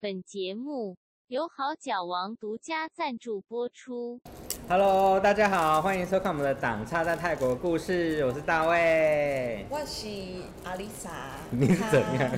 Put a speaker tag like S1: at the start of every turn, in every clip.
S1: 本节目由好脚王独家赞助播出。
S2: Hello，大家好，欢迎收看我们的《党差在泰国故事》，我是大卫。
S3: 我是阿丽莎，
S2: 你是怎样？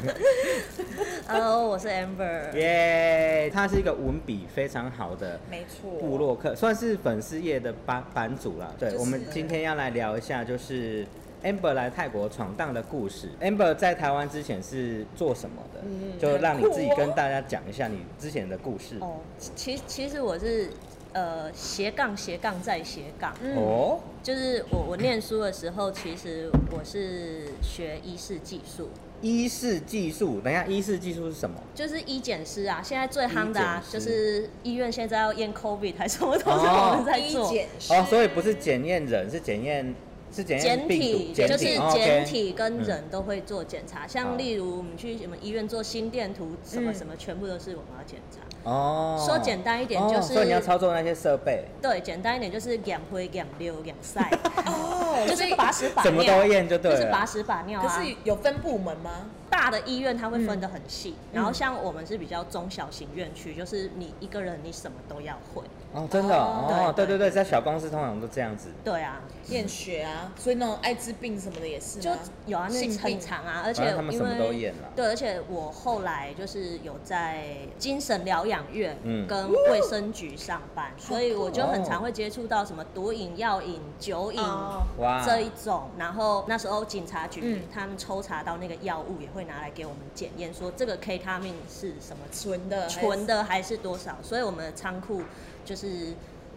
S3: ？Hello，我是 Amber，
S2: 耶、他是一个文笔非常好的
S3: 没错，
S2: 部落客，算是粉丝业的版版主了。对、
S3: 就是
S2: 我们今天要来聊一下，就是 Amber 来泰国闯荡的故事。Amber 在台湾之前是做什么的？
S3: 嗯
S2: 就让你自己
S3: 很酷哦
S2: 跟大家讲一下你之前的故事。
S4: 哦，其其实我是呃斜杠斜杠再斜杠，
S2: 哦，
S4: 就是我我念书的时候，其实我是学医事技术，
S2: 医事技术，等一下，医事技术是什么？
S4: 就是医检师啊，现在最夯的啊
S2: 医，检
S4: 就
S2: 师
S4: 是医院现在要验 COVID 还是什么都是我们在
S3: 一
S4: 做。
S3: 检师
S2: 哦，所以不是检验人，是检验是检验
S4: 简
S2: 病
S4: 体
S2: 毒，
S4: 就是
S2: 哦，OK
S4: 简体跟
S2: 嗯
S4: 人都会做检查，
S2: 好
S4: 像例如我们去什么医院做心电图，什么
S3: 嗯
S4: 什么，全部都是我们要检查。
S2: 哦。
S4: 说简单一点
S2: 哦
S4: 就是
S2: 所以你要操作那些设备，
S4: 对，简单一点就是养灰、养溜、养晒，
S3: 哦，
S4: 就
S3: 所
S4: 是
S3: 以
S4: 把屎把
S2: 怎么都
S4: 尿，
S2: 验就对
S4: 就是把
S2: 了。
S4: 屎把尿
S3: 可
S4: 啊。
S3: 是有分部门吗？
S4: 大的医院它会分得很细，
S3: 嗯
S4: 然后像我们是比较中小型院区，就是你一个人你什么都要会。
S2: 哦，真的哦，
S4: 哦
S2: 哦对对对，在小公司通常都这样子。
S4: 对啊，
S3: 验血啊，所以那种艾滋病什么的也是
S4: 就
S3: 吗
S4: 有啊，那
S3: 性
S4: 很
S3: 病
S4: 长啊，而
S2: 反
S4: 且
S2: 正他们
S4: 因
S2: 什么都啊
S4: 为
S2: 验啦
S4: 对，而且我后来就是有在精神疗养院
S2: 嗯
S4: 跟卫生局上班，所以我就很常会接触到什么毒瘾、药瘾、酒瘾。
S3: 哦
S2: 哇，
S4: 这一种，然后那时候警察局、
S3: 嗯
S4: 他们抽查到那个药物，也会拿来给我们检验，说这个 K 他命是什么
S3: 纯
S2: 嗯
S3: 的
S4: 存的还是多少，所以我们的仓库就是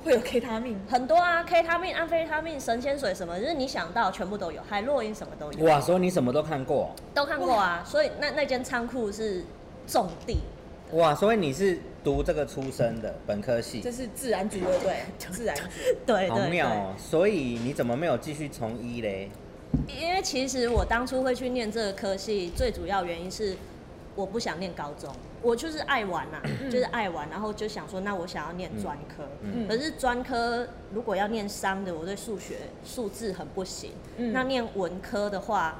S3: 会有 K 他命，
S4: 很多啊，K 他命、安非他命、神仙水什么，就是你想到全部都有，海洛因什么都有，
S2: 哇，所以你什么都看过，
S4: 都看过啊。所以那那间仓库是重地，
S2: 哇，所以你是读这个出身的本科系
S3: 这，是自然组对不对？自然组
S4: 对
S2: 好
S4: 对对
S2: 妙。哦。所以你怎么没有继续从医嘞？
S4: 因为其实我当初会去念这个科系，最主要原因是我不想念高中，我就是爱玩呐、啊就是爱玩，然后就想说，那我想要念专科。
S2: 嗯
S4: 可是专科如果要念商的，我对数学数字很不行。
S3: 嗯
S4: 那念文科的话，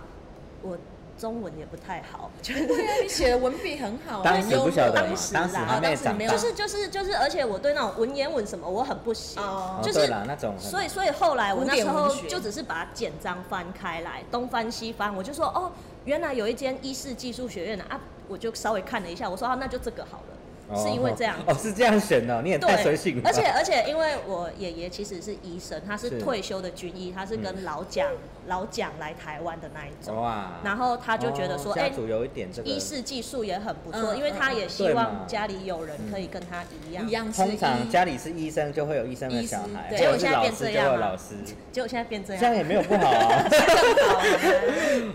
S4: 我中文也不太好，就是
S3: 对啊，你写的文笔很好啊，
S2: 当时不晓得嘛
S4: 当，时啦
S2: 当时还没长
S3: 当时没
S2: 大
S3: 有
S4: 就，是就是就是，而且我对那种文言文什么我很不行。
S3: 哦
S4: 就是
S2: 哦对啦那种很
S4: 所以所以后来我那时
S3: 古典
S4: 候
S3: 文学
S4: 就只是把简章翻开来，东翻西翻，我就说哦，原来有一间医事技术学院啊啊，我就稍微看了一下，我说啊，那就这个好了，
S2: 哦
S4: 是因为这样。
S2: 哦，是这样选的哦，你也太随性了。
S4: 而且而且，因为我爷爷其实是医生，他
S2: 是嗯
S4: 是退休的军医，他是跟老蒋、老蒋来台湾的那一种。
S2: 哇，
S4: 然后他就觉得说
S2: 哦
S4: 哎
S2: 家族有一点这个
S4: 医事技术也很不错，
S3: 嗯
S4: 因为他也希
S2: 对嘛嗯
S4: 望家里有人可以跟他一样。
S3: 一样是
S2: 通常
S3: 一
S2: 家里是医生就会有医生的小孩，
S3: 医师对
S2: 或者是老
S4: 结果现在变
S2: 师就
S4: 这
S2: 会
S4: 样
S2: 有
S4: 啊
S2: 老师，
S4: 结果现在变这
S2: 这
S4: 样，
S2: 样也没有不好啊。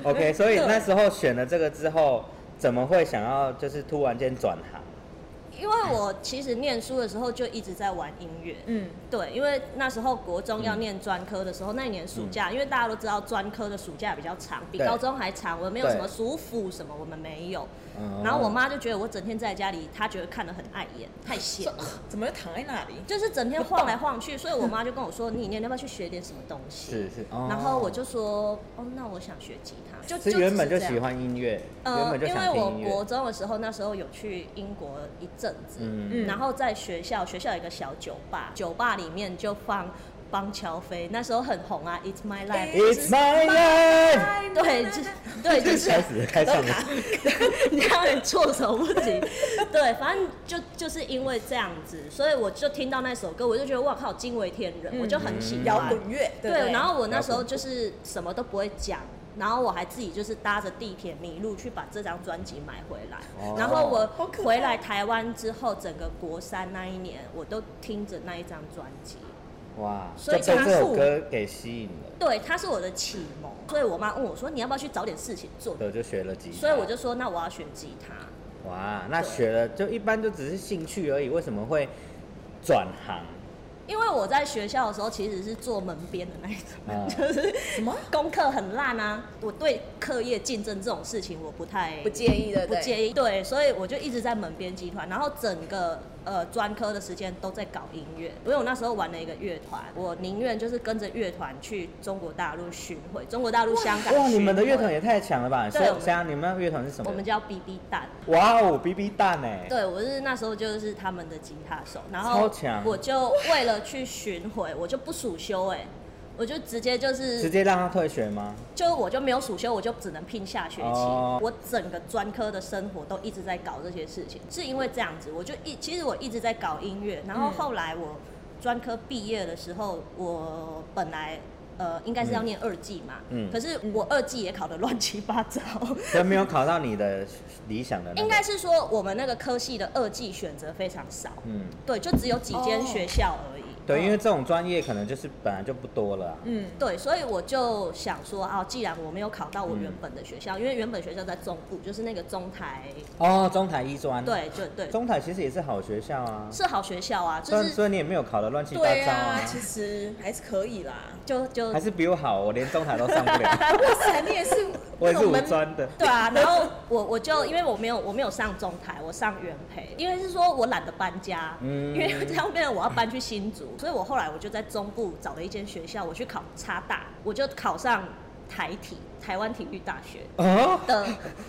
S3: 哦
S2: OK，所以那时候选了这个之后，怎么会想要就是突然间转行？
S4: 因为我其实念书的时候就一直在玩音乐，
S3: 嗯，
S4: 对，因为那时候国中要念专科的时候，那一年暑假，因为大家都知道专科的暑假比较长，比
S2: 嗯对
S4: 高中还长，我们没有
S2: 对
S4: 什么暑辅什么，我们没有。
S2: 嗯
S4: 然后我妈就觉得我整天在家里，她觉得看得很碍眼，太闲
S3: 说 啊
S4: 了。
S3: 怎么又躺在那里？
S4: 就是整天晃来晃去，所以我妈就跟我说：“你你要不要去学点什么东西？”
S2: 是是哦
S4: 然后我就说：“哦，那我想学吉他。就”
S2: 是
S4: 就
S2: 原本
S4: 只
S2: 就是
S4: 这样
S2: 喜欢音乐，原
S4: 呃，
S2: 本就
S4: 因
S2: 想
S4: 为
S2: 听
S4: 我
S2: 音
S4: 国
S2: 乐。
S4: 中的时候，那时候有去英国一阵子，
S2: 嗯
S4: 然后在学校，学校有一个小酒吧，酒吧里面就放邦乔飞，那时候很红啊，It's My Life，、
S2: It's my life，
S3: 哎
S4: 对，就对， 就是
S2: 开始开唱了，
S4: 让人措手不及。 对，反正就就是因为这样子，所以我就听到那首歌，我就觉得哇靠，惊为天人，我就很
S2: 嗯
S4: 喜欢
S3: 嗯摇滚乐，对
S4: 对
S3: 不对，
S4: 然后我那时候就是什么都不会讲，然后我还自己就是搭着地铁迷路去把这张专辑买回来，
S2: 哦
S4: 然后
S3: 好
S4: 我
S3: 可爱
S4: 回来台湾之后，整个国三那一年我都听着那一张专辑。
S2: 哇，就
S4: 所
S2: 被
S4: 以
S2: 这
S4: 加
S2: 首
S4: 速
S2: 歌给吸引了，
S4: 对，它是我的启蒙，所以我妈问我说：“你要不要去找点事情做
S2: 对，就学了吉？”他。
S4: 所以我就说：“那我要学吉他。
S2: 哇，那
S4: 对
S2: 学了就一般就只是兴趣而已，为什么会转 行？”
S4: 因为我在学校的时候其实是做门边的那一种，
S2: 嗯
S4: 就是
S3: 什么
S4: 功课很烂啊，我对课业竞争这种事情我不太
S3: 不介意的，
S4: 不
S3: 对
S4: 介意，对，所以我就一直在门边集团，然后整个呃专科的时间都在搞音乐，因为我那时候玩了一个乐团，我宁愿就是跟着乐团去中国大陆巡回，中国大陆、香港巡回。
S2: 哇，你们的乐团也太强了吧！
S4: 对
S2: 所以
S4: 我们
S2: 想想你们的乐团是什么
S4: 我？们叫 BB 蛋。
S2: 哇哦，BB 蛋哎！
S4: 对，我是那时候就是他们的吉他手，然
S2: 超
S4: 后
S2: 强
S4: 我就为了去巡回，我就不暑休哎、我就直接就是
S2: 直接让他退学吗？
S4: 就我就没有暑休，我就只能拼下学期。
S2: 哦
S4: 我整个专科的生活都一直在搞这些事情，是因为这样子，我就一其实我一直在搞音乐，然后
S3: 嗯
S4: 后来我专科毕业的时候，我本来。呃，应该是要念二技嘛，
S2: 嗯
S4: 可是我二技也考得乱七八 糟，
S2: 所以没有考到你的理想的那个。
S4: 应该是说我们那个科系的二技选择非常少，
S2: 嗯，
S4: 对，就只有几间学校而已。
S2: 哦对，
S4: 嗯
S2: 因为这种专业可能就是本来就不多了啊、
S3: 嗯，
S4: 对，所以我就想说，啊，既然我没有考到我原本的学校，因为原本学校在中部，就是那个中台，
S2: 哦，中台一专。。
S4: 对，就对，
S2: 中台其实也是好学校啊，
S4: 是好学校啊，
S2: 虽
S4: 就
S2: 然
S4: 是
S2: 虽然你也没有考得乱七八
S3: 对
S2: 糟
S3: 啊，其实还是可以啦。
S4: 就就
S2: 还是比我好，我连中台都上不了，
S3: 哇塞，你也是
S2: 我
S3: 那
S2: 也是
S3: 种
S2: 五
S3: 门
S2: 专的。
S4: 对啊，然后我我就因为我没有我没有上中台，我上元培，因为是说我懒得搬家，
S2: 嗯
S4: 因为这样变成我要搬去新竹，所以我后来我就在中部找了一间学校，我去考差大，我就考上台体台湾体育大学
S2: 哦，
S4: 的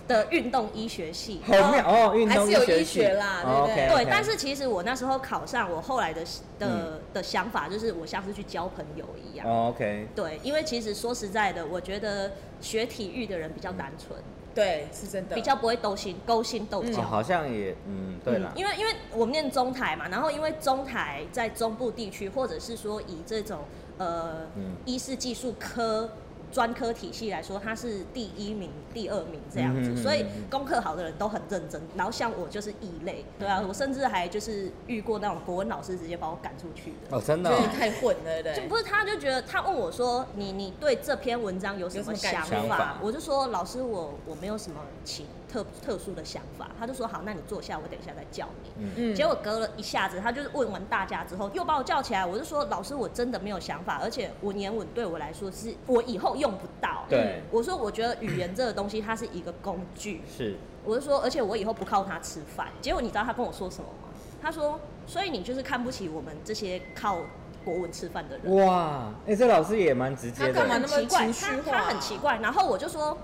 S4: 的运动医学系，
S2: 好妙哦，运
S3: 还
S2: 动
S3: 是有
S2: 学
S3: 医
S2: 系
S3: 学啦
S2: 哦
S3: 对不
S2: OK，OK
S3: 对
S4: 对，但是其实我那时候考上，我后来的
S2: 嗯
S4: 的、的想法就是，我像是去交朋友一样。
S2: 哦 OK，
S4: 对，因为其实说实在的，我觉得学体育的人比较
S2: 嗯
S4: 单纯，
S3: 对，是真的
S4: 比较不会斗心勾心斗角。
S2: 哦好像也嗯，对啦
S4: 嗯，因为因为我们念中台嘛，然后因为中台在中部地区，或者是说以这种呃、
S2: 嗯
S4: 医事技术科专科体系来说，它是第一名、第二名这样子，
S2: 嗯哼嗯哼
S4: 所以
S2: 嗯哼
S4: 功课好的人都很认真。然后像我就是异类，对啊，我甚至还就是遇过那种国文老师直接把我赶出去的。
S2: 哦真的
S3: 因
S2: 哦
S3: 为你太混了，对
S4: 就
S3: 不
S4: 不是，他就觉得他问我说：“你你对这篇文章有什么
S3: 有什么
S4: 想
S3: 感
S4: 法？”
S2: 觉想法
S4: 我就说：“老师，我我没有什么其特特殊的想法。”他就说：“好，那你坐下，我等一下再叫你。”
S2: 嗯
S3: 对？嗯
S4: 结果隔了一下子，他就是问完大家之后，又把我叫起来。我就说，老师，我真的没有想法，而且文言文对我来说是我以后用不到。
S2: 对
S4: 我说我觉得语言这个东西它是一个工具，
S2: 是
S4: 我就说，而且我以后不靠它吃饭。结果你知道他跟我说什么吗？他说，所以你就是看不起我们这些靠国文吃饭的人。
S2: 哇，哎这老师也蛮直接
S3: 他干
S4: 他
S3: 嘛
S2: 的，
S4: 很
S3: 那么
S4: 奇怪，
S3: 情绪
S4: 他
S3: 化
S4: 他很奇怪。然后我就说，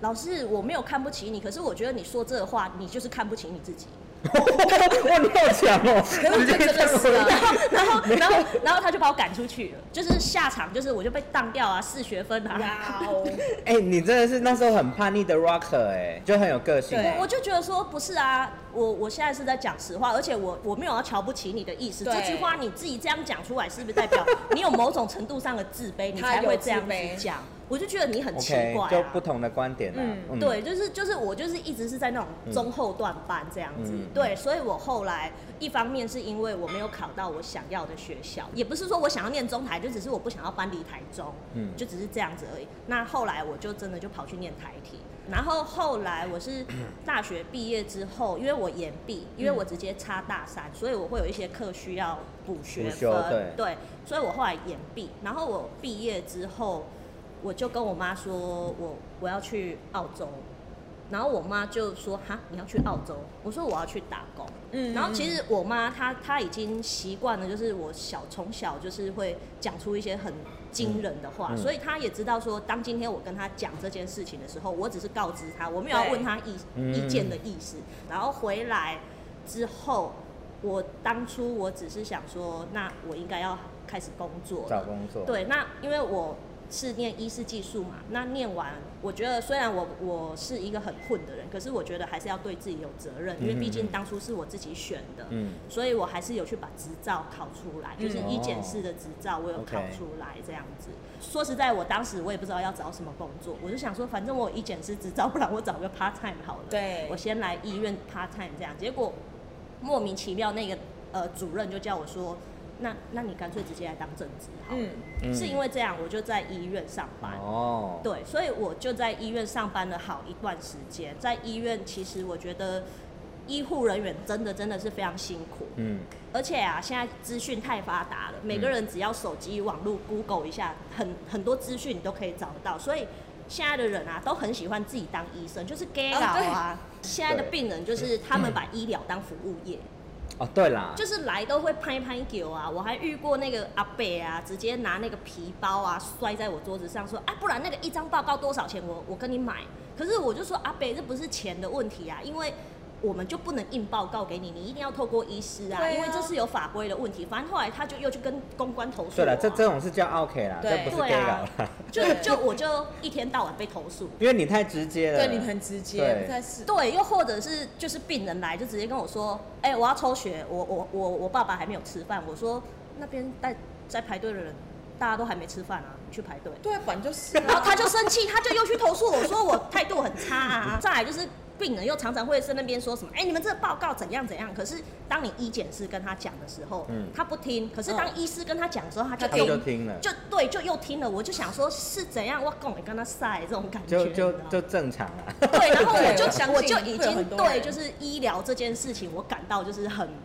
S4: 老师，我没有看不起你，可是我觉得你说这话，你就是看不起你自己。
S2: 哇你好强哦，直接
S3: 真的是啊
S2: 这样回
S4: 然后，然后，然后他就把我赶出去了，就是下场就是我就被当掉啊，四学分啊。
S3: 哇哦，
S2: 哎你真的是那时候很叛逆的 rocker 哎，就很有个性
S3: 对，
S4: 我就觉得说不是啊，我我现在是在讲实话，而且我我没有要瞧不起你的意思。
S3: 对
S4: 这句话你自己这样讲出来，是不是代表你有某种程度上的自卑，你
S3: 他有
S4: 才会这样子
S3: 自卑
S4: 讲？我就觉得你很奇
S2: 哎 OK
S4: 怪、啊。
S2: 就不同的观点啦
S3: 嗯，
S2: 嗯
S4: 对，就是就是我就是一直是在那种中后段班这样子，
S2: 嗯嗯
S4: 对，所以我后来一方面是因为我没有考到我想要的学校，也不是说我想要念中台，就只是我不想要搬离台中，
S2: 嗯
S4: 就只是这样子而已。那后来我就真的就跑去念台体，然后后来 我是大学毕业之后，因为我延毕，因为
S2: 嗯
S4: 我直接插大三，所以我会有一些课需要补
S2: 补
S4: 学
S2: 修
S4: 分，
S2: 对
S4: 对，所以我后来延毕，然后我毕业之后。我就跟我妈说我我要去澳洲，然后我妈就说哈你要去澳洲，我说我要去打工，
S3: 嗯
S4: 然后其实我妈她她已经习惯了，就是我小从小就是会讲出一些很惊人的话，
S2: 嗯嗯
S4: 所以她也知道说，当今天我跟她讲这件事情的时候，我只是告知她，我没有要
S3: 对
S4: 问她意
S2: 嗯
S4: 意见的意思。然后回来之后，我当初我只是想说，那我应该要开始工作了，
S2: 找工作，
S4: 对，那因为我是念医师技术嘛，那念完，我觉得虽然我我是一个很混的人，可是我觉得还是要对自己有责任，因为毕
S2: 嗯
S4: 竟
S2: 嗯嗯
S4: 当初是我自己选的，
S2: 嗯
S4: 所以我还是有去把执照考出来，就是
S2: 嗯
S4: 医检师的执照，我有考
S2: 哦 OK
S4: 出来这样子。说实在，我当时我也不知道要找什么工作，我就想说，反正我有医检师执照，不 然我找个 part time 好了。
S3: 对
S4: 我先来医院 part time 这样，结果莫名其妙那个呃主任就叫我说，那那你干脆直接来当正职好了。
S3: 嗯，
S2: 嗯
S4: 是因为这样，我就在医院上班。
S2: 哦，
S4: 对，所以我就在医院上班了好一段时间。在医院，其实我觉得医护人员真的真的是非常辛苦，
S2: 嗯，
S4: 而且啊，现在资讯太发达了，每个人只要手机、网
S2: 嗯
S4: 络 Google 一下，很很多资讯你都可以找得到，所以。现在的人啊，都很喜欢自己当医生，就是 gay 佬啊。现在的
S2: 哦对
S4: 病人就是他们把医疗当服务业，
S2: 哦，对啦，
S4: 就是来都会拍拍球啊，我还遇过那个阿伯啊，直接拿那个皮包啊摔在我桌子上，说，哎、不然那个一张报告多少钱我，我跟你买。可是我就说，阿伯这不是钱的问题啊，因为我们就不能硬报告给你，你一定要透过医师啊，
S3: 对啊
S4: 因为这是有法规的问题。反正后来他就又去跟公关投诉、啊。
S2: 对了，这这种是叫 OK 啦，这
S3: 对
S2: 不是 gay
S4: 对啊
S2: 佬啦，
S4: 就就我就一天到晚被投诉。
S2: 因为你太直接了。
S3: 对你很直接，
S2: 对
S3: 不太是。
S4: 对，又或者是就是病人来就直接跟我说，哎、我要抽血，我我我我爸爸还没有吃饭。我说那边在在排队的人，大家都还没吃饭啊，你去排队。
S3: 对，反正就是啊
S4: 然后他就生气，他就又去投诉我说我态度很差啊。再来就是病人又常常会在那边说什么，哎、你们这个报告怎样怎样。可是当你医检师跟他讲的时候，
S2: 嗯
S4: 他不听。可是当医师跟他讲的时候，他就
S2: 他
S4: 又
S2: 们就听了，
S4: 就对，就又听了。我就想说是怎样，我拱你跟他晒这种感觉，
S2: 就
S4: 你知
S2: 就
S4: 道吗
S2: 就正常啊。
S4: 对，然后我
S3: 对
S4: 就
S3: 我相信
S4: 我就
S3: 会
S4: 已
S3: 有
S4: 经
S3: 很多
S4: 对，
S3: 人
S4: 就是医疗这件事情，我感到就是很，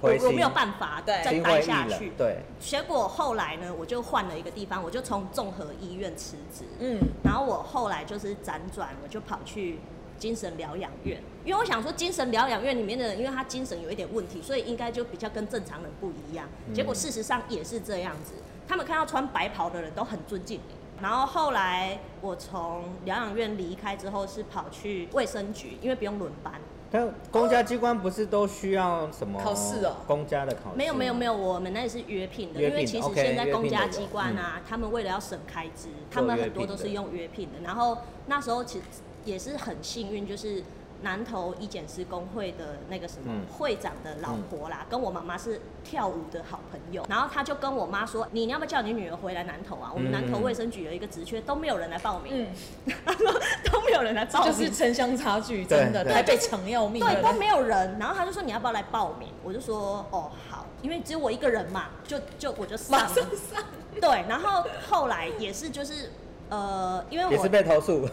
S4: 我
S2: 灰心
S4: 我没有办法
S3: 对
S4: 再
S2: 心
S4: 待
S2: 灰意
S4: 下
S2: 冷
S4: 去。，
S2: 对，
S4: 结果后来呢，我就换了一个地方，我就从综合医院辞职，
S3: 嗯，
S4: 然后我后来就是辗转，我就跑去。精神疗养院，因为我想说，精神疗养院里面的人，因为他精神有一点问题，所以应该就比较跟正常人不一样。结果
S2: 嗯
S4: 事实上也是这样子，他们看到穿白袍的人都很尊敬你。然后后来我从疗养院离开之后，是跑去卫生局，因为不用轮班。
S2: 但公家机关不是都需要什么
S3: 考试哦
S2: 公家的考试？
S4: 没有没有没
S2: 有，
S4: 有，我们那是约聘的，
S2: 约聘
S4: 因
S2: 的
S4: 为其实
S2: OK，
S4: 现在公
S2: 约
S4: 家
S2: 聘的嗯有
S4: 机关啊，他们为了要省开支，他们很多都是用约聘的。然后那时候其实也是很幸运，就是南投医检师工会的那个什么
S2: 嗯
S4: 会长的老婆啦，跟我妈妈是跳舞的好朋友，然后他就跟我妈说：“你你要不要叫你女儿回来南投啊？我们南投
S2: 嗯
S4: 卫生局有一个职缺都没有人来报名，
S3: 嗯，
S4: 都没有人来报
S3: 这
S4: 名，
S3: 就是城乡差距，真的
S2: 对对
S3: 台北强要命
S4: 哦对，
S3: 了。
S4: 都没有人。然后他就说你要不要来报名？我就说哦好，因为只有我一个人嘛，就就我就上
S3: 马
S4: 了
S3: 上。上，
S4: 对，然后后来也是就是呃，因为
S2: 也是
S4: 我
S2: 被投诉。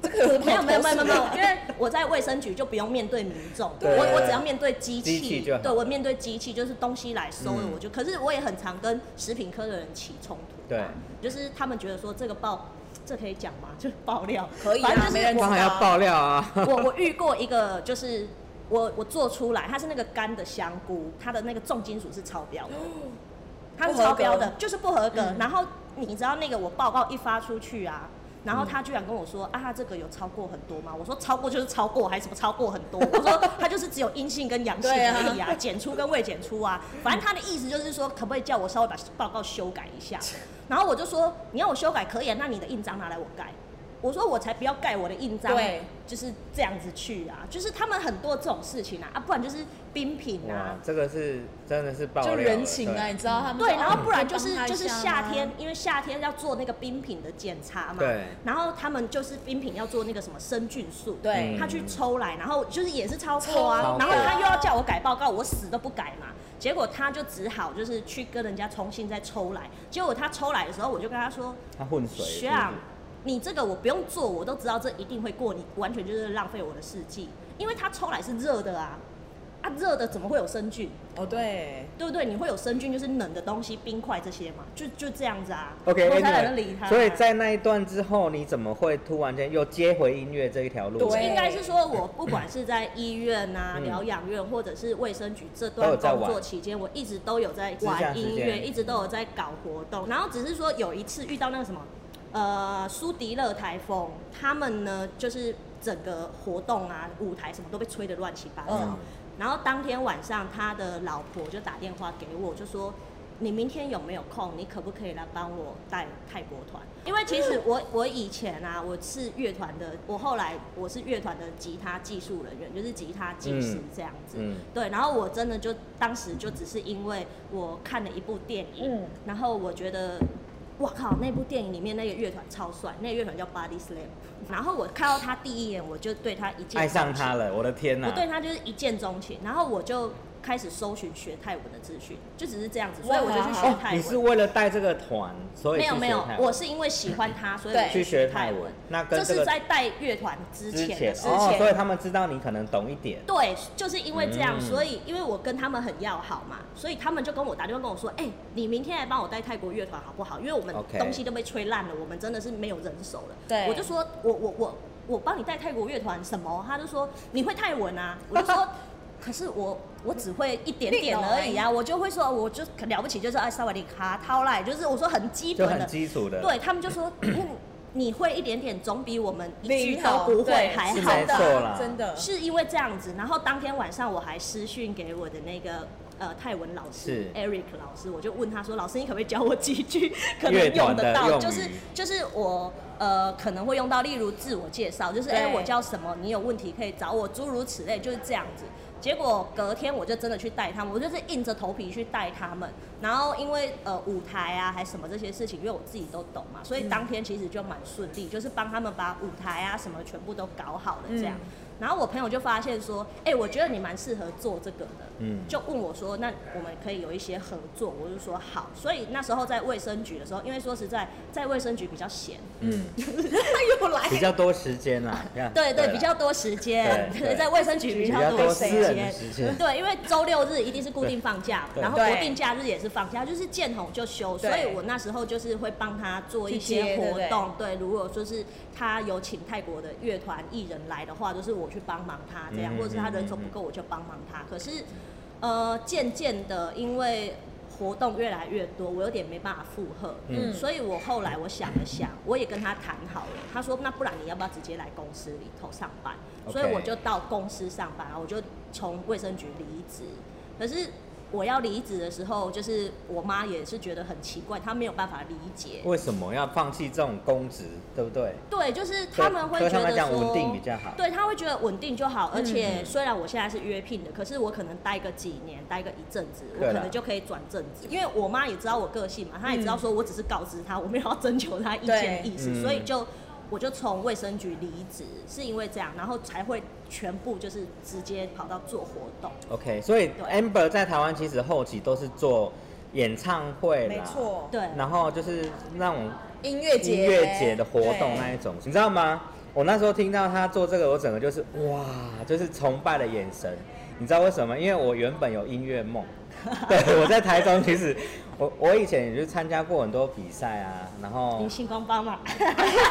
S3: 这个有
S4: 没有没有没有没有没有
S3: 投，诉
S4: 因为我在卫生局就不用面对民众，
S2: 对
S4: 我我只要面对机
S2: 机器
S4: 器
S2: 就好，
S4: 对我面对机器就是东西来收了
S2: 嗯
S4: 我就，可是我也很常跟食品科的人起冲突，
S2: 对，
S4: 就是他们觉得说这个爆这可以讲吗？就是爆料
S3: 可以啊
S4: 反正就
S3: 没
S4: 是
S3: 人
S4: 我
S2: 当然要爆料啊。
S4: 我我遇过一个，就是我我做出来，它是那个干的香菇，它的那个重金属是超 标的，它是超标
S3: 不
S4: 的
S3: 合，
S4: 就是不合格。
S3: 嗯
S4: 然后你知道那个我报告一发出去啊。
S3: 嗯
S4: 然后他居然跟我说、啊，这个有超过很多吗？我说超过就是超过，还什么超过很多？我说他就是只有阴性跟阳性
S3: 对啊
S4: 而已啊，检出跟未检出啊。反正他的意思就是说，可不可以叫我稍微把报告修改一下？然后我就说，你要我修改可以啊，那你的印章拿来我盖。我说我才不要盖我的印章，
S3: 对，
S4: 就是这样子去啊，就是他们很多这种事情啊，啊，不然就是冰品
S2: 哇
S4: 啊，，
S2: 这个是真的是爆料
S3: 就
S2: 了，
S3: 人情啊，
S2: 对
S3: 你知道他们
S4: 对，然后不然
S3: 就
S4: 就是就是
S3: 啊
S4: 夏天，
S3: 帮
S4: 因为夏天要做那个冰品的检查嘛，
S2: 对，
S4: 然后他们就是冰品要做那个什么生菌素，
S3: 他一
S2: 嗯
S3: 下
S4: 他去抽来，然后就是也是超过啊
S2: 超，过
S4: 然后他又要叫我改报告，我死都不改嘛。结果他就只好就是去跟人家重新再抽来，结果他抽来的时候，我就跟他说，
S2: 他混水是不是
S4: 学长，你这个我不用做，我都知道这一定会过，你完全就是浪费我的试剂，因为它抽来是热的啊，啊热的怎么会有生菌，
S3: 对。哦，对，
S4: 对不对？你会有生菌就是冷的东西，冰块这些嘛，就就这样子啊
S2: OK，
S4: 我才
S2: anyway，
S4: 懒得理他。
S2: 所以在那一段之后，你怎么会突然间又接回音乐这一条路？
S3: 对
S4: 应该是说，我不管是在医院啊、
S2: 嗯
S4: 疗养院或者是卫生局这
S2: 都
S4: 段
S2: 有在玩
S4: 工作期间，我一直都有在
S2: 私下
S4: 玩
S2: 时
S4: 音乐，
S2: 间
S4: 一直都有在搞活动。然后只是说有一次遇到那个什么，呃，苏迪勒台风，他们呢就是整个活动啊、舞台什么都被吹得乱七八糟。
S2: 嗯
S4: 然后当天晚上，他的老婆就打电话给我，就说：“你明天有没有空？你可不可以来帮我带泰国团？”因为其
S2: 嗯
S4: 实我我以前啊，我是乐团的，我后来我是乐团的吉他技术人员，就是吉他技师这样子。
S2: 嗯，
S4: 对，然后我真的就当时就只是因为我看了一部电影，
S3: 嗯，
S4: 然后我觉得，哇靠，那部电影里面那个乐团超帅，那个乐团叫 Body Slam。然后我看到他第一眼，我就对他一见
S2: 爱上
S4: 钟情
S2: 他了，我的天哪、
S4: 我对他就是一见钟情，然后我就开始搜寻学泰文的资讯，就只是这样子，所以我就去学
S2: 哦，
S4: 泰
S2: 你是
S4: 文。
S2: 为了带这个团，所以
S4: 没有
S2: 去
S4: 没
S2: 学
S4: 有
S2: 泰，文
S4: 我是因为喜欢他，所以
S3: 对
S4: 我
S2: 去
S4: 去
S2: 学
S4: 学
S2: 泰
S4: 泰
S2: 文
S4: 文。。
S2: 那跟
S4: 这
S2: 这
S4: 是
S2: 个
S4: 在带乐团之
S2: 之
S4: 前的
S2: 前
S4: 事。
S2: 哦，
S3: 前
S2: 所以他们知道你可能懂一点。
S4: 对，就是因为这样，
S2: 嗯
S4: 所以因为我跟他们很要好嘛，所以他们就跟我打电话跟我说：“哎、你明天来帮我带泰国乐团好不好？因为我们
S2: OK
S4: 东西都被吹烂了，我们真的是没有人手了。”
S3: 对
S4: 我 就说：“我我我我帮你带泰国乐团什么？”他就说：“你会泰文啊？”我就说：“可是我我只会一点点而已啊，我就会说，我就了不起就是哎萨瓦迪卡掏来，就是我说很基
S2: 就
S4: 本
S2: 很
S4: 的，
S2: 基础的，
S4: 对他们就说 嗯你会一点点，总比我们一句
S3: 零
S4: 都
S3: 头
S4: 不会
S3: 对
S4: 还
S2: 是
S4: 好
S2: 没
S4: 吧
S2: 错啦
S3: 真的
S4: 是因为这样子，然后当天晚上我还私讯给我的那个呃泰文老师
S2: 是
S4: Eric 老师，我就问他说：“老师，你可不可以教我几句 可
S2: 乐
S4: 能用
S2: 团的
S4: 得到？
S2: 用
S4: 就是
S2: 语
S4: 就是我呃可能会用到，例如自我介绍，就是哎、
S3: 对
S4: 我叫什么，你有问题可以找我，诸如此类，就是这样子。”结果隔天我就真的去带他们，我就是硬着头皮去带他们。然后因为呃舞台啊还什么这些事情，因为我自己都懂嘛，所以当天其实就蛮顺利，就是帮他们把舞台啊什么全部都搞好了这样。
S3: 嗯
S4: 然后我朋友就发现说，哎、我觉得你蛮适合做这个的，
S2: 嗯
S4: 就问我说，那我们可以有一些合作，我就说好。所以那时候在卫生局的时候，因为说实在，在卫生局比较闲，
S2: 嗯，
S3: 又来
S2: 比较多时间啦，这样
S4: 哎对对，
S2: 啦
S4: 比较多时间，
S2: 对对
S4: 在卫生局比
S2: 比
S4: 较
S2: 较
S4: 多
S2: 多
S4: 时
S2: 私人的时间
S4: 间，对，因为周六日一定是固定放假嘛，
S2: 对
S4: 然后
S3: 对
S4: 国定假日也是放假，就是见红就休，所
S3: 对
S4: 以我那时候就是会帮他做一
S3: 去
S4: 些
S3: 接对
S4: 活
S3: 不对
S4: 动，对，如果说是他有请泰国的乐团艺人来的话，就是我去帮忙他这样，
S2: 嗯
S4: 或者是他人手不够我就帮忙他，可是呃，渐渐的因为。活动越来越多，我有点没办法负荷，嗯，
S2: 嗯
S4: 所以我后来我想了想，我也跟他谈好了，他说那不然你要不要直接来公司里头上班？所以
S2: OK
S4: 我就到公司上班，我就从卫生局离职。可是我要离职的时候，就是我妈也是觉得很奇怪，她没有办法理解。
S2: 为什么要放弃这种公职，对不对？
S4: 对，就是他们会
S2: 对
S4: 觉
S2: 他们
S4: 得
S2: 来
S4: 说，
S2: 讲稳定比较好
S4: 对，他会觉得稳定就好。而且
S2: 嗯
S4: 虽然我现在是约聘的，可是我可能待个几年，待个一阵子，我
S2: 对
S4: 可
S2: 啦
S4: 能就可以转正职。因为我妈也知道我个性嘛，她也知道说我只是告知她，我没有要征求她意见
S3: 对
S4: 意思，
S2: 嗯
S4: 所以就。我就从卫生局离职，是因为这样，然后才会全部就是直接跑到做活动。
S2: OK，所以
S4: 对
S2: Amber 在台湾其实后期都是做演唱会啦，
S3: 没错嗯
S4: 对
S2: 然后就是那种
S3: 音乐节
S2: 音乐节的活动那
S3: 对
S2: 一种，你知道吗？我那时候听到他做这个，我整个就是哇，就是崇拜的眼神。你知道为什么？因为我原本有音乐 梦，对我在台中，其实我我以前也是参加过很多比赛啊，然后
S4: 你星光帮嘛，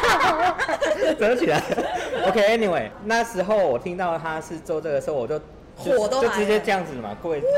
S2: 折起来。OK，Anyway，、那时候我听到他是做这个时候，我就就
S3: 火都
S2: 就
S3: 来
S2: 直接
S3: 了
S2: 这样子嘛，跪跪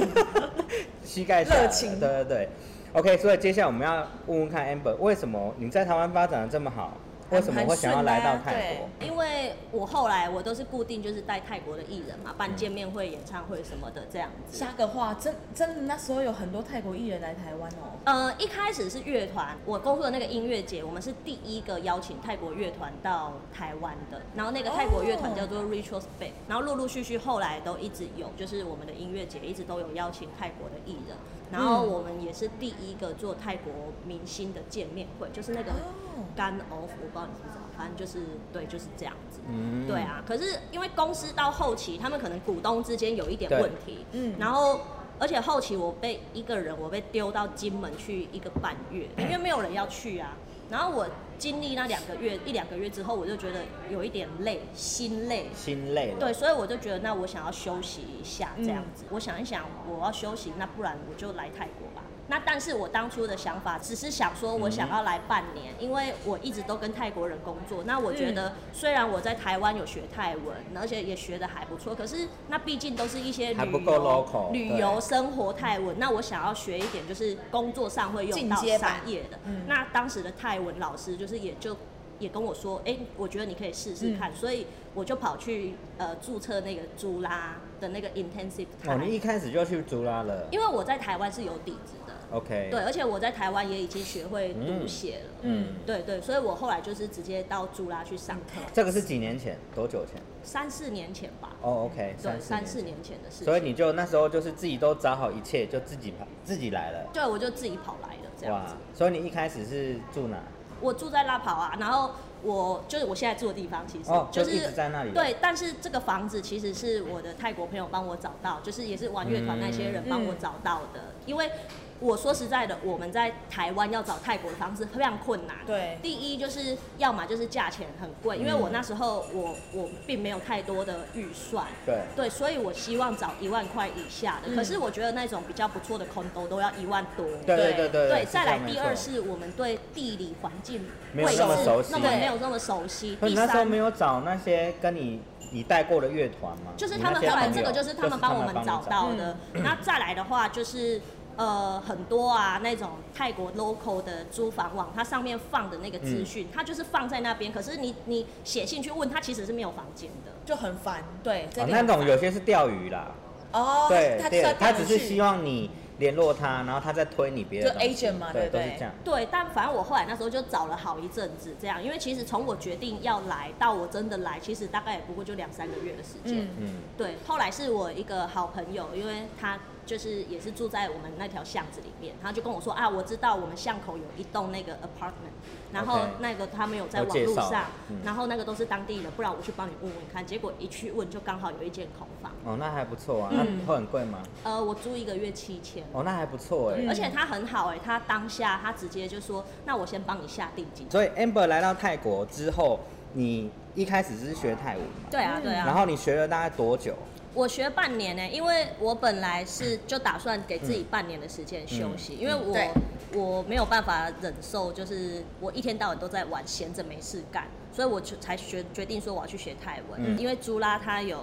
S2: 去， 膝盖下来
S3: 热情
S2: 对对对。OK，所以接下来我们要问问看 Amber，为什么你在台湾发展的这么好，为什么会想要来到泰国？
S4: 因为我后来我都是固定就是带泰国的艺人嘛，办见面会、演唱会什么的这样子。
S3: 下个话，真真的那时候有很多泰国艺人来台湾哦。
S4: 呃，一开始是乐团，我工作的那个音乐节，我们是第一个邀请泰国乐团到台湾的。然后那个泰国乐团
S3: 哦
S4: 叫做 Retrospect，、然后陆陆续续后来都一直有，就是我们的音乐节一直都有邀请泰国的艺人。然后
S3: 嗯
S4: 我们也是第一个做泰国明星的见面会，就是那个
S3: 哦
S4: 干 off，我不知道你知不知道，反正就是对，就是这样子。
S2: 嗯
S4: 对啊，可是因为公司到后期，他们可能股东之间有一点
S2: 对
S4: 问题，嗯
S3: 嗯，
S4: 然后而且后期我被一个人，我被丢到金门去一个半月，因为没有人要去啊。然后我经历那两个月一两个月之后，我就觉得有一点累，心累。
S2: 心累了。
S4: 对，所以我就觉得，那我想要休息一下，这样
S3: 嗯
S4: 子。我想一想，我要休息，那不然我就来泰国吧。那但是我当初的想法只是想说，我
S2: 嗯
S4: 想要来半年，因为我一直都跟泰国人工作。那我
S2: 嗯
S4: 觉得，虽然我在台湾有学泰文，而且也学的还不错，可是那毕竟都是一些
S2: 还
S4: 旅
S2: 不够
S4: 游
S2: local，、
S4: 旅
S2: 对
S4: 游、生活泰文。那我想要学一点，就是工作上会用
S3: 进
S4: 到
S3: 阶
S4: 商
S3: 版
S4: 业的。
S3: 嗯
S4: 那当时的泰文老师就是也就也跟我说，哎、我觉得你可以试试
S2: 嗯
S4: 看，所以我就跑去呃注册那个朱拉的那个 intensive
S2: 哦，
S4: 泰，
S2: 你一开始就去竹拉了。
S4: 因为我在台湾是有底子的，
S2: OK，
S4: 对，，而且我在台湾也已经学会读
S2: 嗯
S4: 写了，
S2: 嗯，
S4: 对对，所以我后来就是直接到朱拉去上课，
S2: 这个是几年前，多久前？
S4: 三四年前吧，
S2: 哦，OK，
S4: 对，三四
S2: 年前。
S4: 年前的事情，
S2: 所以你就那时候就是自己都找好一切，就自己跑自己来了。
S4: 对我就自己跑来的这样
S2: 哇
S4: 子。！
S2: 所以你一开始是住哪？
S4: 我住在拉跑啊，然后我就是我现在住的地方，其实、
S2: 哦，就是一直在那里。
S4: 对，但是这个房子其实是我的泰国朋友帮我找到，就是也是玩乐团那些人帮我找到的。
S2: 嗯
S4: 因为我说实在的，我们在台湾要找泰国的房子非常困难。
S3: 对
S4: 第一就是要么就是价钱很贵，因为
S2: 嗯
S4: 我那时候我我并没有太多的预算。
S2: 对，
S4: 对，所以我希望找一万块以下的，
S3: 嗯
S4: 可是我觉得那种比较不错的 condo 都要一万多。
S2: 对对对对
S4: 对，
S2: 对。
S4: 再来第二
S2: 是
S4: 是我们对地理环境
S2: 没有那么
S4: 位置
S2: 熟悉
S4: 那么没有那么熟悉。
S2: 这样没错。所以你
S4: 第
S2: 那时候
S4: 三
S2: 没有找那些跟你你带过的乐团吗？
S4: 就是
S2: 你
S4: 他
S2: 那
S4: 们
S2: 些
S4: 后来
S2: 朋
S4: 这个
S2: 友
S4: 就是他们帮我们找
S2: 找
S4: 到的。那再来的话就是。呃，很多啊，那种泰国 local 的租房网，它上面放的那个资讯，它就是放在那边。可是你你写信去问，它其实是没有房间的。
S3: 就很烦，对，这
S2: 哦
S3: 个
S2: 那种有些是钓鱼啦，
S3: 哦，
S2: 对
S3: 他
S2: 对，
S3: 他
S2: 他只是希望你联络他，然后他再推你别的
S3: 就
S2: 东西
S3: agent 嘛
S2: 对，
S3: 对不
S2: 都是
S3: 对
S2: 这样。
S4: 对，但反正我后来那时候就找了好一阵子，这样，因为其实从我决定要来到我真的来，其实大概也不过就两三个月的时间。
S3: 嗯
S2: 嗯，
S4: 对，后来是我一个好朋友，因为他就是也是住在我们那条巷子里面，他就跟我说啊，我知道我们巷口有一栋那个 apartment，然后
S2: OK
S4: 那个他们有在
S2: 有
S4: 网
S2: 介
S4: 络
S2: 绍
S4: 上，
S2: 嗯
S4: 然后那个都是当地人，不然我去帮你问问看。结果一去问就刚好有一间空房，
S2: 哦，那还不错啊，那
S4: 嗯
S2: 会很贵吗？
S4: 呃，我租一个月七千。
S2: 哦，那还不错哎
S4: 对，。而且他很好哎、他当下他直接就说，那我先帮你下定金。
S2: 所以 Amber 来到泰国之后，你一开始是学泰文嘛？
S4: 对啊，对啊。
S2: 然后你学了大概多久？
S4: 我学半年呢、欸因为我本来是就打算给自己半年的时间休息，
S2: 嗯
S4: 因为我、
S3: 对
S4: 我没有办法忍受，就是我一天到晚都在玩，闲着没事干，所以我就才决决定说我要去学泰文，
S2: 嗯
S4: 因为朱拉他有。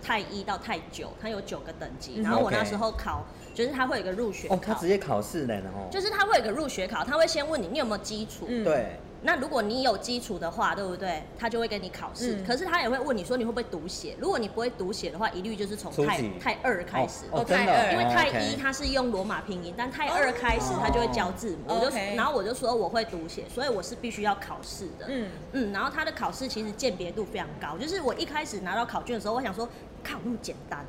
S4: 泰一到泰九，它有九个等级。
S3: 嗯
S4: 然后我
S2: OK
S4: 那时候考，就是它会有一个入学考，
S2: 哦，他直接考试了呢哦。
S4: 就是它会有一个入学考，它会先问你你有没有基础，
S3: 嗯
S2: 对，
S4: 那如果你有基础的话，对不对？他就会跟你考试，
S3: 嗯
S4: 可是他也会问你说你会不会读写。如果你不会读写的话，一律就是从
S2: 初
S4: 泰
S2: 级
S4: 泰二开始。
S2: 哦，哦
S3: 哦
S2: 真的哦，
S3: 泰二
S4: 因为泰一
S2: OK
S4: 它是用罗马拼音，但泰二开始它就会教字母，
S3: 哦
S4: 我就
S3: OK
S4: 然后我就说我会读写，所以我是必须要考试的。嗯
S3: 嗯，
S4: 然后它的考试其实鉴别度非常高，就是我一开始拿到考卷的时候，我想说靠那么简单，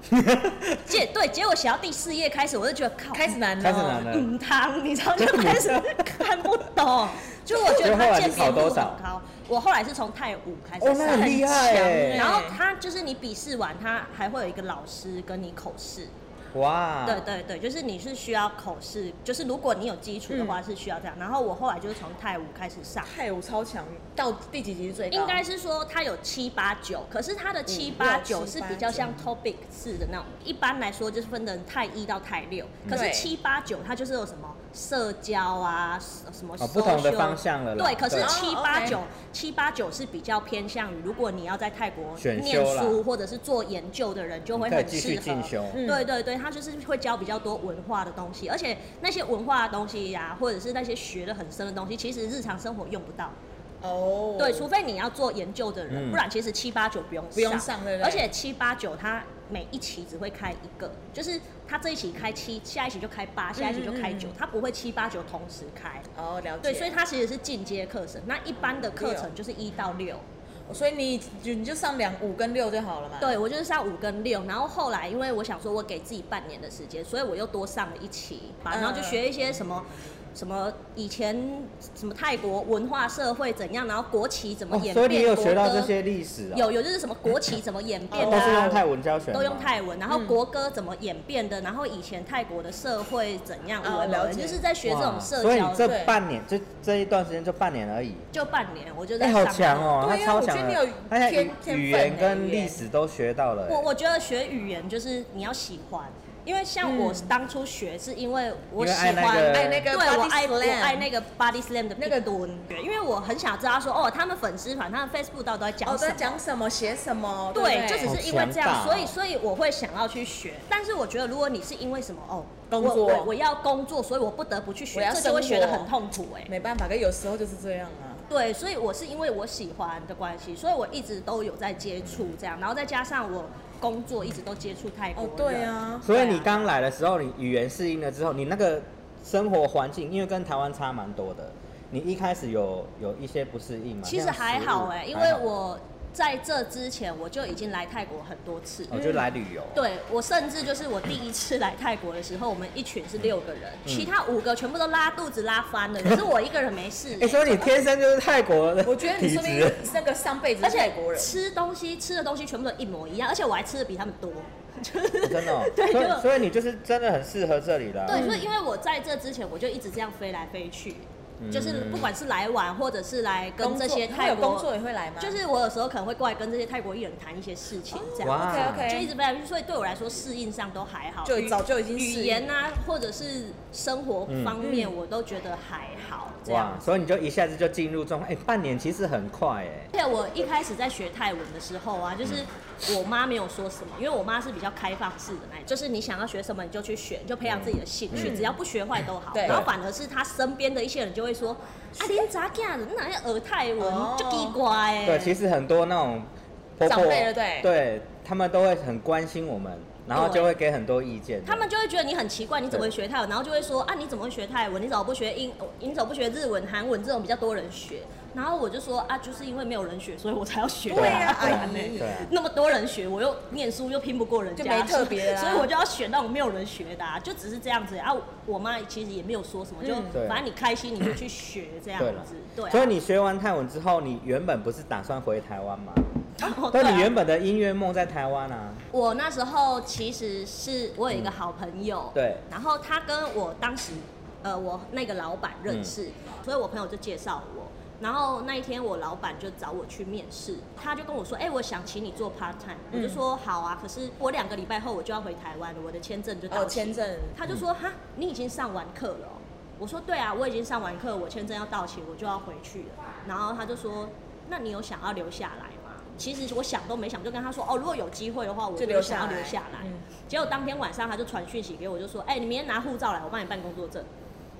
S4: 结对，结果写到第四页开始，我就觉得靠
S3: 开始难了，
S2: 开始难了
S4: 嗯，汤，你知道就开始看不懂，就我觉得他鉴别度很高。我后来是从泰五开始
S2: 哦，那
S4: 上，
S2: 很厉害
S3: 对
S2: 哎
S4: 然，后他就是你笔试完，他还会有一个老师跟你口试。
S2: 哇，
S4: 对对对，就是你是需要口试，就是如果你有基础的
S2: 嗯
S4: 话是需要这样。然后我后来就是从泰五开始上。
S3: 泰武超强，到第几级是最高？
S4: 应该是说它有七八九，可是它的七
S3: 嗯
S4: 八
S3: 六
S4: 九
S3: 七
S4: 是
S3: 八
S4: 比较
S3: 九
S4: 像 topic 式的那种。一般来说就是分成泰一到泰六，可是
S3: 嗯对
S4: 七八九它就是有什么社交啊，什什么、
S2: 哦不同的方向了啦
S4: 对，可是
S2: 对
S4: 七
S3: 哦
S4: 八
S3: ，OK
S4: 九七八九是比较偏向于，如果你要在泰国
S2: 选
S4: 念
S2: 修啦
S4: 书或者是做研究的人，就
S2: 你
S4: 会
S2: 可以
S4: 很
S2: 继续
S4: 适合
S2: 进。修。哦
S3: 嗯
S4: 对对对，他就是会教比较多文化的东西，而且那些文化的东西呀、或者是那些学的很深的东西，其实日常生活用不到。
S3: 哦，
S4: 对，除非你要做研究的
S2: 嗯
S4: 人，不然其实七八九不用
S3: 不用上对不对
S4: 而且七八九它每一期只会开一个，就是它这一期开七，下一期就开八，下一期就开
S3: 嗯
S4: 九
S3: 嗯嗯，
S4: 它不会七八九同时开。
S3: 哦了解，
S4: 对，所以它其实是进阶课程。那一般的课程
S3: 六
S4: 就是一到六。
S3: 所以你就你就上两五跟六就好了嘛，，
S4: 对，我就是上五跟六，然后后来因为我想说，我给自己半年的时间，所以我又多上了一期吧，
S3: 嗯
S4: 然后就学一些什么。什么以前什么泰国文化社会怎样，然后国旗怎么
S2: 哦
S4: 演变，
S2: 所以你有学到
S4: 国歌
S2: 这些历史啊？
S4: 有有就是什么国旗怎么演变
S2: 哦
S4: 的、
S2: 都
S4: 啊，
S2: 是用泰文教学吗，
S4: 都用泰文，然
S3: 嗯
S4: 后国歌怎么演变的，然后以前泰国的社会怎样，
S3: 哦
S4: 我们
S3: 了解
S4: 就是在学这种
S2: 哇
S4: 社
S2: 所以
S4: 交
S2: 你这
S4: 的，
S2: 半年，就这一段时间就半年而已。
S4: 就半年我就
S2: 哎、
S4: 在上
S2: 好
S4: 课。
S2: 强哦、
S3: 对
S2: 他
S3: 啊
S2: 超
S3: 我觉
S2: 强
S3: 得
S2: 的
S3: 你有，
S2: 他现在
S3: 天
S2: 语语
S3: 天分
S2: 言
S3: 欸
S2: 跟
S3: 语言
S2: 历史都学到了、欸
S4: 我我觉得学语言就是你要喜欢，因为像我
S3: 嗯
S4: 当初学是因为我
S2: 因
S4: 喜
S2: 为爱
S4: 欢
S2: 那个
S3: 爱那个
S4: 对
S3: body
S4: 我爱我
S3: slam
S4: 爱那个 body slam 的
S3: 那个
S4: 蹲，因为我很想知道说哦，他们粉丝团、他们 Facebook 到底都在讲
S3: 哦
S4: 什
S3: 在
S4: 么。
S3: 讲什么写什么，
S4: 对，
S3: 不
S4: 就只
S2: 好
S4: 是因为这
S2: 强大
S4: 样，
S2: 哦
S4: 所以所以我会想要去学。但是我觉得，如果你是因为什么哦，
S3: 工作
S4: 我我我要工作，所以我不得不去
S3: 我
S4: 学
S3: 要，
S4: 这就会
S3: 生
S4: 学
S3: 活
S4: 得很痛苦哎、
S3: 没办法，可有时候就是这样啊，
S4: 对，所以我是因为我喜欢的关系，所以我一直都有在接触这样，然后再加上我工作一直都接触泰国
S3: 哦
S4: 人
S3: 对，啊，
S2: 所以你
S4: 对啊
S2: 刚来的时候，你语言适应了之后，你那个生活环境，因为跟台湾差蛮多的，你一开始有有一些不适应吗？
S4: 其实
S2: 像食物
S4: 还好哎、因
S2: 还
S4: 为
S2: 好
S4: 我在这之前我就已经来泰国很多次了
S2: 我哦就来旅游，
S4: 对我甚至就是我第一次来泰国的时候，我们一群是六个
S2: 嗯
S4: 人，其他五个全部都拉肚子拉翻了，可是我一个人没事、
S2: 哎、所以你天生就是泰国的体质，哦
S3: 我觉得你说明那个上辈子
S4: 而
S3: 是泰
S4: 且
S3: 国人，
S4: 吃东西吃的东西全部都一模一样，而且我还吃的比他们多。
S3: 啊
S2: 哦真的哦、
S4: 对
S2: 所
S4: 就
S2: 以所以你就是真的很适合这里啦。
S4: 对，所以因为我在这之前我就一直这样飞来飞去，
S3: 嗯
S4: 就是不管是来玩或者是来跟这些
S3: 工作
S4: 泰
S3: 会有工
S4: 国
S3: 作也会来吗？
S4: 就是我有时候可能会过来跟这些泰国艺人谈一些事情，这样、
S2: 哇
S3: OK OK，
S4: 就一直被他们，所以对我来说适应上都还好，
S3: 就
S4: 语
S3: 早就已经适
S4: 语
S3: 应
S4: 言啊，或者是生活方面，
S3: 嗯
S4: 我都觉得还好这样
S2: 哇，。所以你就一下子就进入状况，哎、半年其实很快哎、
S4: 而且我一开始在学泰文的时候啊，就是我妈没有说什么，因为我妈是比较开放式的那一种，就是你想要学什么你就去学，你就培养自己的兴趣，
S3: 嗯
S4: 只要不学坏都好。
S3: 对
S4: 然后反而是她身边的一些人就会说：“啊，你咋干的？你哪要学泰文？
S3: 哦
S4: 就奇怪哎。”
S2: 对，其
S4: 实
S2: 实很多那种婆婆
S3: 长辈了对
S2: 他们都会很关心我们，然后就会给很多意见。
S4: 他们就会觉得你很奇怪，你怎么会学泰文？然后就会说：“啊，你怎么会学泰文？你怎么不学英？你怎么不学日文、韩文这种比较多人学？”然后我就说：“啊，就是因为没有人学，所以我才要学。”
S3: 对呀、
S2: 对
S3: 阿
S2: 啊
S3: 姨
S2: 对。啊
S4: 那么多人学，我又念书又拼不过人家，
S3: 就没特别
S2: 啊
S3: 啦
S4: 所以我就要选那种没有人学的、啊，就只是这样子啊。我妈其实也没有说什么，就
S2: 对
S4: 反正你开心你就去学这样
S2: 嗯对了
S4: 子，对啊。
S2: 所以 你学完泰文之后，你原本不是打算回台湾吗？
S4: 哦
S2: 但
S4: 对啊
S2: 你原本的音乐梦在台湾啊。
S4: 我那时候其实是我有一个好朋友，
S2: 嗯对
S4: 然后他跟我当时呃我那个老板认识，
S2: 嗯
S4: 所以我朋友就介绍我。然后那一天我老板就找我去面试，他就跟我说：“哎、我想请你做 part time。我
S2: 嗯
S4: 就说：“好啊。”可是我两个礼拜后我就要回台湾了，我的签证就到
S3: 哦，
S4: 期
S3: 签证
S4: 他就
S2: 嗯
S4: 说：“哈，你已经上完课了哦、我说：“对啊，我已经上完课，我签证要到期，我就要回去了。”然后他就说：“那你有想要留下来吗？”其实我想都没想，就跟他说：“哦，如果有机会的话，我
S3: 就
S4: 就
S3: 留
S4: 想
S3: 下
S4: 要
S3: 来，
S4: 留下来。
S3: 嗯
S4: 结果当天晚上他就传讯息给我，就说：“哎、你明天拿护照来，我帮你办工作证。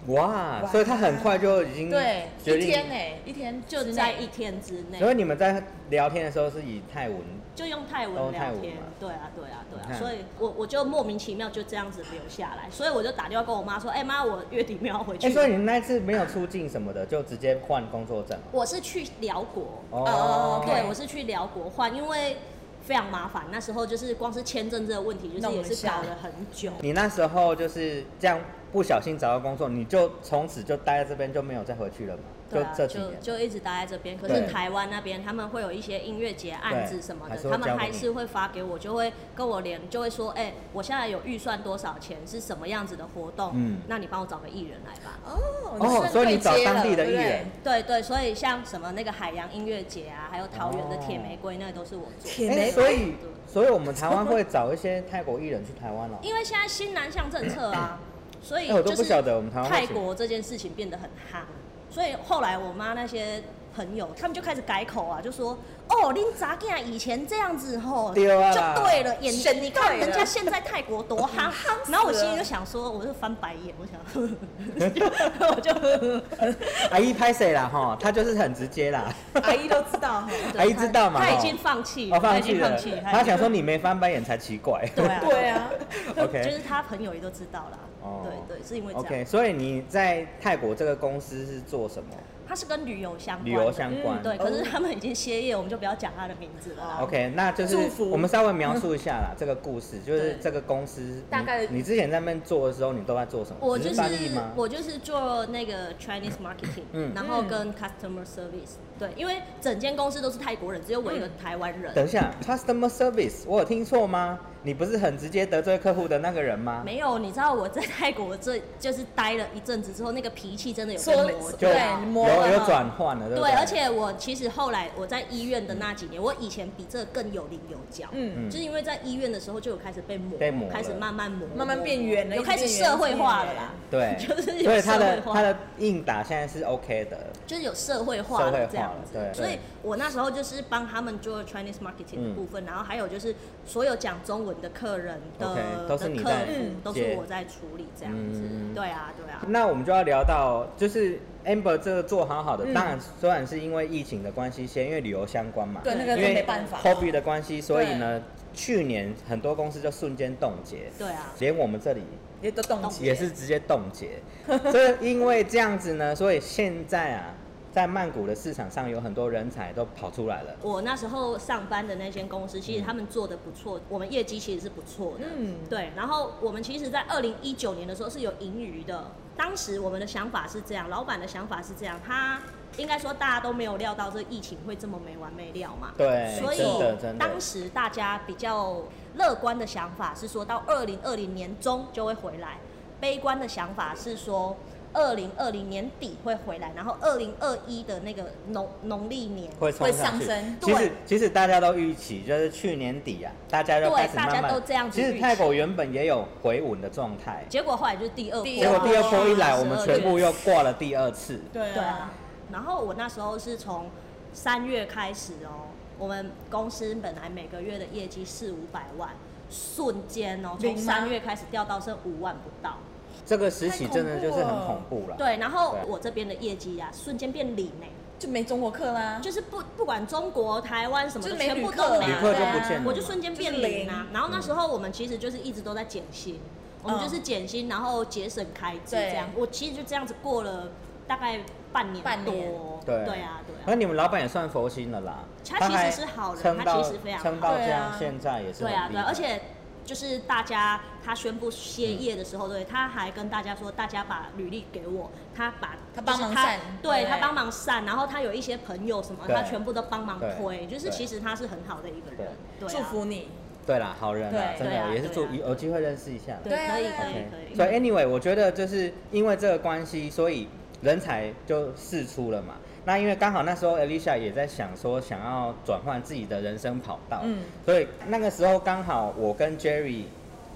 S2: 哇，
S3: 哇
S2: 所以他很快就已经
S3: 对，
S2: 嗯决
S3: 一
S2: 定
S3: 天呢、一天”
S4: 就
S3: 之内
S4: 欸在一天之内，
S2: 所以你们在聊天的时候是以泰文，
S4: 就用泰文
S2: 都
S4: 聊
S2: 泰文
S4: 天
S2: 嘛，
S4: 对啊，对啊，对
S2: 你看
S4: 啊，所以我我就莫名其妙就这样子留下来，所以我就打电话跟我妈说，哎、妈，我月底没有要回去
S2: 哎、。所以你那一次没有出境什么的，就直接换工作证
S4: 我是去辽国，
S3: 哦
S4: 对，
S3: OK
S4: 我是去辽国换，因为非常麻烦。那时候就是光是签证这个问题，就是
S3: 弄
S4: 也
S3: 一
S4: 是
S3: 下
S4: 搞了很久。
S2: 你那时候就是这样不小心找到工作，你就从此就待在这边就没有再回去了嘛？
S4: 对啊，
S2: 这几
S4: 就
S2: 年。
S4: 就一直待在这边。可
S2: 对
S4: 是台湾那边他们会有一些音乐节案子什么
S2: 还
S4: 的
S2: 是，会
S4: 他
S2: 交
S4: 们
S2: 给
S4: 还
S2: 你
S4: 是会发给我，就会跟我连，就会说，哎、我现在有预算多少钱，是什么样子的活动，
S2: 嗯
S4: 那你帮我找个艺人来吧。
S3: 哦
S2: 哦，所以你找当地的艺人，，
S4: 对对，所以像什么那个海洋音乐节啊，还有桃园的铁
S2: 哦
S4: 玫瑰，那个都是我做的。
S3: 铁
S2: 哎
S3: 玫
S2: 所
S3: 瑰
S2: 以所以我们台湾会找一些泰国艺人去台湾了、哦
S4: 因为现在新南向政策啊，所以
S2: 哎我都
S4: 就
S2: 不
S4: 是
S2: 晓得我们台湾会
S4: 泰国这件事情变得很夯，所以后来我妈那些朋友他们就开始改口啊，就说哦，林杂囝以前这样子吼，
S2: 对啊啦
S4: 就对了，眼
S3: 选对了
S4: 你看人家现在泰国多夯，然后我心里就想说，我就翻白眼，我想， 我就
S2: 阿姨拍谁啦？哈，她就是很直接 啦。
S3: 阿姨都知道哈。
S2: 阿姨知道嘛？
S4: 啊他
S2: 哈
S4: 已经放弃，
S2: 哦
S4: 他
S2: 放
S4: 已
S2: 弃
S4: 经
S2: 了
S4: 放弃，，
S2: 她想说你没翻白眼才奇怪。
S4: 对 啊，
S3: 对啊，
S4: 就
S2: OK
S4: 是他朋友也都知道啦，
S2: 哦
S4: 对对，是因为这样
S2: OK，，所以你在泰国这个公司是做什么？
S4: 他是跟旅游相关
S2: 旅
S4: 的，
S2: 游相关。
S3: 嗯
S4: 对，可是他们已经歇业，我们就不要讲他的名字了啦。
S2: OK，那就是
S3: 祝福
S2: 我们稍微描述一下 啦，这个故事就是
S4: 对
S2: 这个公司
S3: 大概
S2: 你你之前在那边做的时候，你都在做什么？
S4: 我
S2: 只
S4: 就是是
S2: 翻译吗？
S4: 我就是做那个 Chinese marketing，、
S2: 嗯
S4: 然后跟 customer service，对，因为整间公司都是泰国人，只有我
S3: 嗯
S4: 一个台湾人，
S2: 等一下，customer service，我有听错吗？你不是很直接得罪客户的那个人吗？
S4: 没有，你知道我在泰国这就是待了一阵子之后，那个脾气真的有被
S3: 说
S4: 磨
S2: 就
S4: 掉
S3: 对你
S2: 有
S3: 磨了嘛
S2: 有转换了，对不
S4: 对，而且我其实后来我在医院的那几年，我以前比这更有棱有角，
S3: 嗯，
S2: 嗯
S4: 就是因为在医院的时候就有开始被磨，
S2: 被磨了
S4: 开始慢慢磨，
S3: 慢慢变圆了
S4: 有开始
S3: 一直变圆
S4: 社会化了
S3: 一直变
S4: 啦
S3: 圆，
S2: 对，
S4: 就是有
S2: 所以他的
S4: 社会化
S2: 他的硬打现在是 OK 的，
S4: 就是有社会化
S2: 社会化
S4: 了
S2: 了
S4: 这样子，
S2: 对嗯
S4: 所以我那时候就是帮他们做 Chinese marketing 的部分，然后还有就是所有讲中文的客人的
S2: OK，都是你
S4: 的客
S2: 在
S4: 户
S2: 嗯
S4: 都是我在处理这样子，
S2: 嗯
S4: 对啊对啊，
S2: 那我们就要聊到，就是 Amber 这个做好好的，
S3: 嗯
S2: 当然虽然是因为疫情的关系，先因为旅游相关嘛，
S3: 对，那个
S2: 因
S3: 真没
S2: 为
S3: 办法。
S2: COVID 的关系，所以呢，去年很多公司就瞬间冻结，
S4: 对啊
S2: 连我们这里
S3: 也都冻结，
S2: 也是直接冻 结。所以因为这样子呢，所以现在啊，在曼谷的市场上有很多人才都跑出来了。
S4: 我那时候上班的那间公司，其实他们做的不错，我们业绩其实是不错的。
S3: 嗯
S4: 对。然后我们其实，在二零一九年的时候是有盈余的。当时我们的想法是这样，老板的想法是这样，他应该说大家都没有料到这疫情会这么没完没了嘛。
S2: 对，
S4: 所以
S2: 哎真的真的
S4: 当时大家比较乐观的想法是说到二零二零年中就会回来，悲观的想法是说二零二零年底会回来，然后二零二一的那个农农历年
S2: 会冲
S3: 会
S2: 上
S3: 上
S2: 去
S3: 升
S2: 其实
S4: 对
S2: 其实大家都预期，就是去年底啊，大家就
S4: 对
S2: 开始慢慢，
S4: 大家都这样子
S2: 其
S4: 预
S2: 实
S4: 期
S2: 泰国原本也有回稳的状态，
S4: 结果后来就是第二波，
S3: 第
S2: 结果第二波一来，
S4: 12
S2: 我们全部又挂了第二次。
S3: 对
S4: 对
S3: 啊
S4: 啊，。然后我那时候是从三月开始哦，我们公司本来每个月的业绩四五百万，瞬间哦，从
S3: 零吗
S4: 三月开始掉到剩五万不到。
S2: 这个时期真的就是很
S3: 太
S2: 恐
S3: 恐
S2: 怖了。
S4: 对，然后
S2: 对
S4: 我这边的业绩呀、瞬间变零哎、
S3: 就没中国客啦，
S4: 就是不不管中国、台湾什么的，
S3: 就是没
S4: 全
S3: 旅
S4: 部
S3: 客
S4: 都
S3: 啦，
S4: 没
S2: 旅
S4: 有
S2: 客就
S3: 对啊
S2: 不见了
S4: 我就瞬间变零
S3: 就是
S4: 啊
S3: 零。嗯
S4: 然后那时候我们其实就是一直都在减薪，我们就是减薪，然后节省开支
S3: 对
S4: 这样。我其实就这样子过了大概半年
S3: 半
S4: 多
S3: 年，
S2: 对
S4: 对啊，对啊。
S2: 那你们老板也算佛心了啦，
S4: 他
S2: 他
S4: 其实
S2: 还
S4: 是好人
S2: 撑
S4: 他
S2: 到
S4: 其实非常
S2: 撑
S4: 好
S2: 到这
S3: 对
S2: 样
S3: 啊，
S2: 现在也是
S4: 对
S2: 很
S4: 啊，
S2: 厉
S4: 对啊，
S2: 害
S4: 而且就是大家他宣布歇业的时候，
S2: 嗯
S4: 对，他还跟大家说，大家把履历给我，他把
S3: 他
S4: 就是
S3: 帮忙
S4: 他
S3: 散
S4: 对
S3: 对
S4: 他帮忙散，然后他有一些朋友什么，
S2: 对
S4: 他全部都帮忙
S2: 对
S4: 推，就是
S2: 对
S4: 其实他是很好的一个人，对啊，
S3: 祝福你。
S2: 对啦，好人啦，
S3: 对
S2: 真
S4: 对啊
S2: 的也是
S4: 对
S2: 祝
S4: 啊
S2: 有有机会认识一下啦。
S4: 对，
S3: 对啊
S4: 可以
S3: 对啊
S4: 可以
S2: OK，
S4: 可
S2: 所
S4: 以，
S2: 以 anyway，我觉得就是因为这个关系，所以人才就试出了嘛。那因为刚好那时候 Alicia 也在想说想要转换自己的人生跑道，
S3: 嗯
S2: 所以那个时候刚好我跟 Jerry，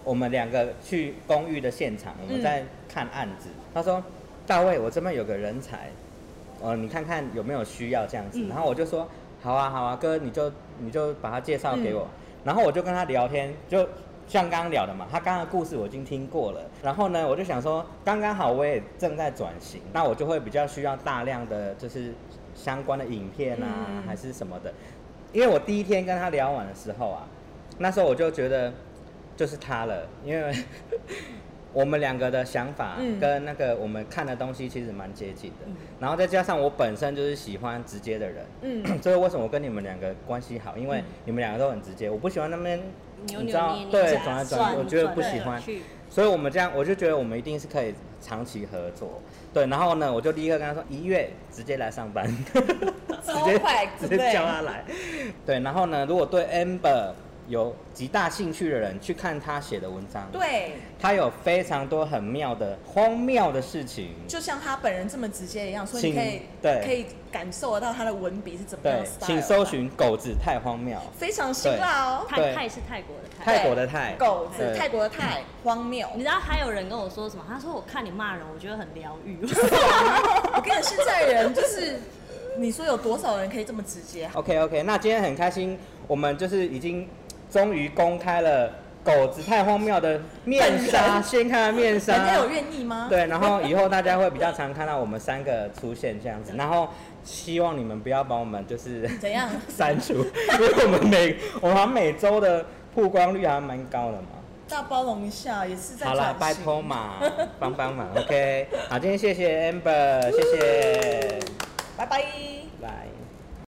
S2: 我们两个去公寓的现场，我们
S3: 嗯
S2: 在看案子。他说：“大卫，我这边有个人才，呃，你看看有没有需要这样子。
S4: 嗯
S2: 然后我就说：“好啊，好啊，哥，你就你就把他介绍给我。然后我就跟他聊天，就像刚刚聊的嘛，他刚刚的故事我已经听过了。然后呢，我就想说，刚刚好我也正在转型，那我就会比较需要大量的就是相关的影片啊，
S3: 嗯
S2: 还是什么的。因为我第一天跟他聊完的时候啊，那时候我就觉得就是他了，因为 我们两个的想法
S3: 嗯
S2: 跟那个我们看的东西其实蛮接近的，
S4: 嗯
S2: 然后再加上我本身就是喜欢直接的人，
S3: 嗯，
S2: 所以为什么我跟你们两个关系好？因为你们两个都很直接，我不喜欢那边
S4: 嗯扭
S2: 你知
S4: 扭
S2: 道
S4: 捏捏
S2: 对
S4: 夹
S2: 转来转
S4: 转
S2: 去，我觉得
S4: 转
S2: 不
S4: 来
S2: 喜
S4: 转
S2: 欢，
S4: 去
S2: 所以我们这样我就觉得我们一定是可以长期合作。对，然后呢，我就立刻跟他说一月直接来上班， 直
S3: 超
S2: 接
S3: 快，
S2: 直
S3: 对不
S2: 接
S3: 对
S2: 叫他来。对，然后呢，如果对 Amber 有极大兴趣的人，去看他写的文章，
S3: 对，
S2: 他有非常多很妙的荒谬的事情。
S3: 就像他本人这么直接一样，所以你可以
S2: 请对
S3: 可以感受得到他的文笔是怎么样
S2: 对
S3: 的，style 啊
S2: 请搜寻“狗子太荒谬
S3: 非常辛辣哦，
S4: 泰
S2: 对
S4: 泰是泰国的”，泰。
S2: 泰国的泰，
S3: 狗
S2: 对
S3: 子，泰国的泰，荒谬。
S4: 你知道还有人跟我说什么？他说我看你骂人，我觉得很疗愈。
S3: 我跟你现在人就是， 你说有多少人可以这么直接？
S2: OK OK，那今天很开心，我们就是已经终于公开了狗子太荒谬的面
S3: 本
S2: 纱，
S3: 人
S2: 先看了面纱，
S3: 人家有愿意吗？，
S2: 啊 对，然后以后大家会比较常看到我们三个出现这样
S3: 嗯
S2: 子，然后希望你们不要把我们就是
S3: 怎样？
S2: 删除，因为我们每我们好像每周的曝光率还蛮高的嘛。
S3: 大包容一下，也是在
S2: 好啦，拜
S3: 转型
S2: 托 嘛，帮帮忙，OK。好，今天谢谢 Amber，谢谢。
S3: 拜拜。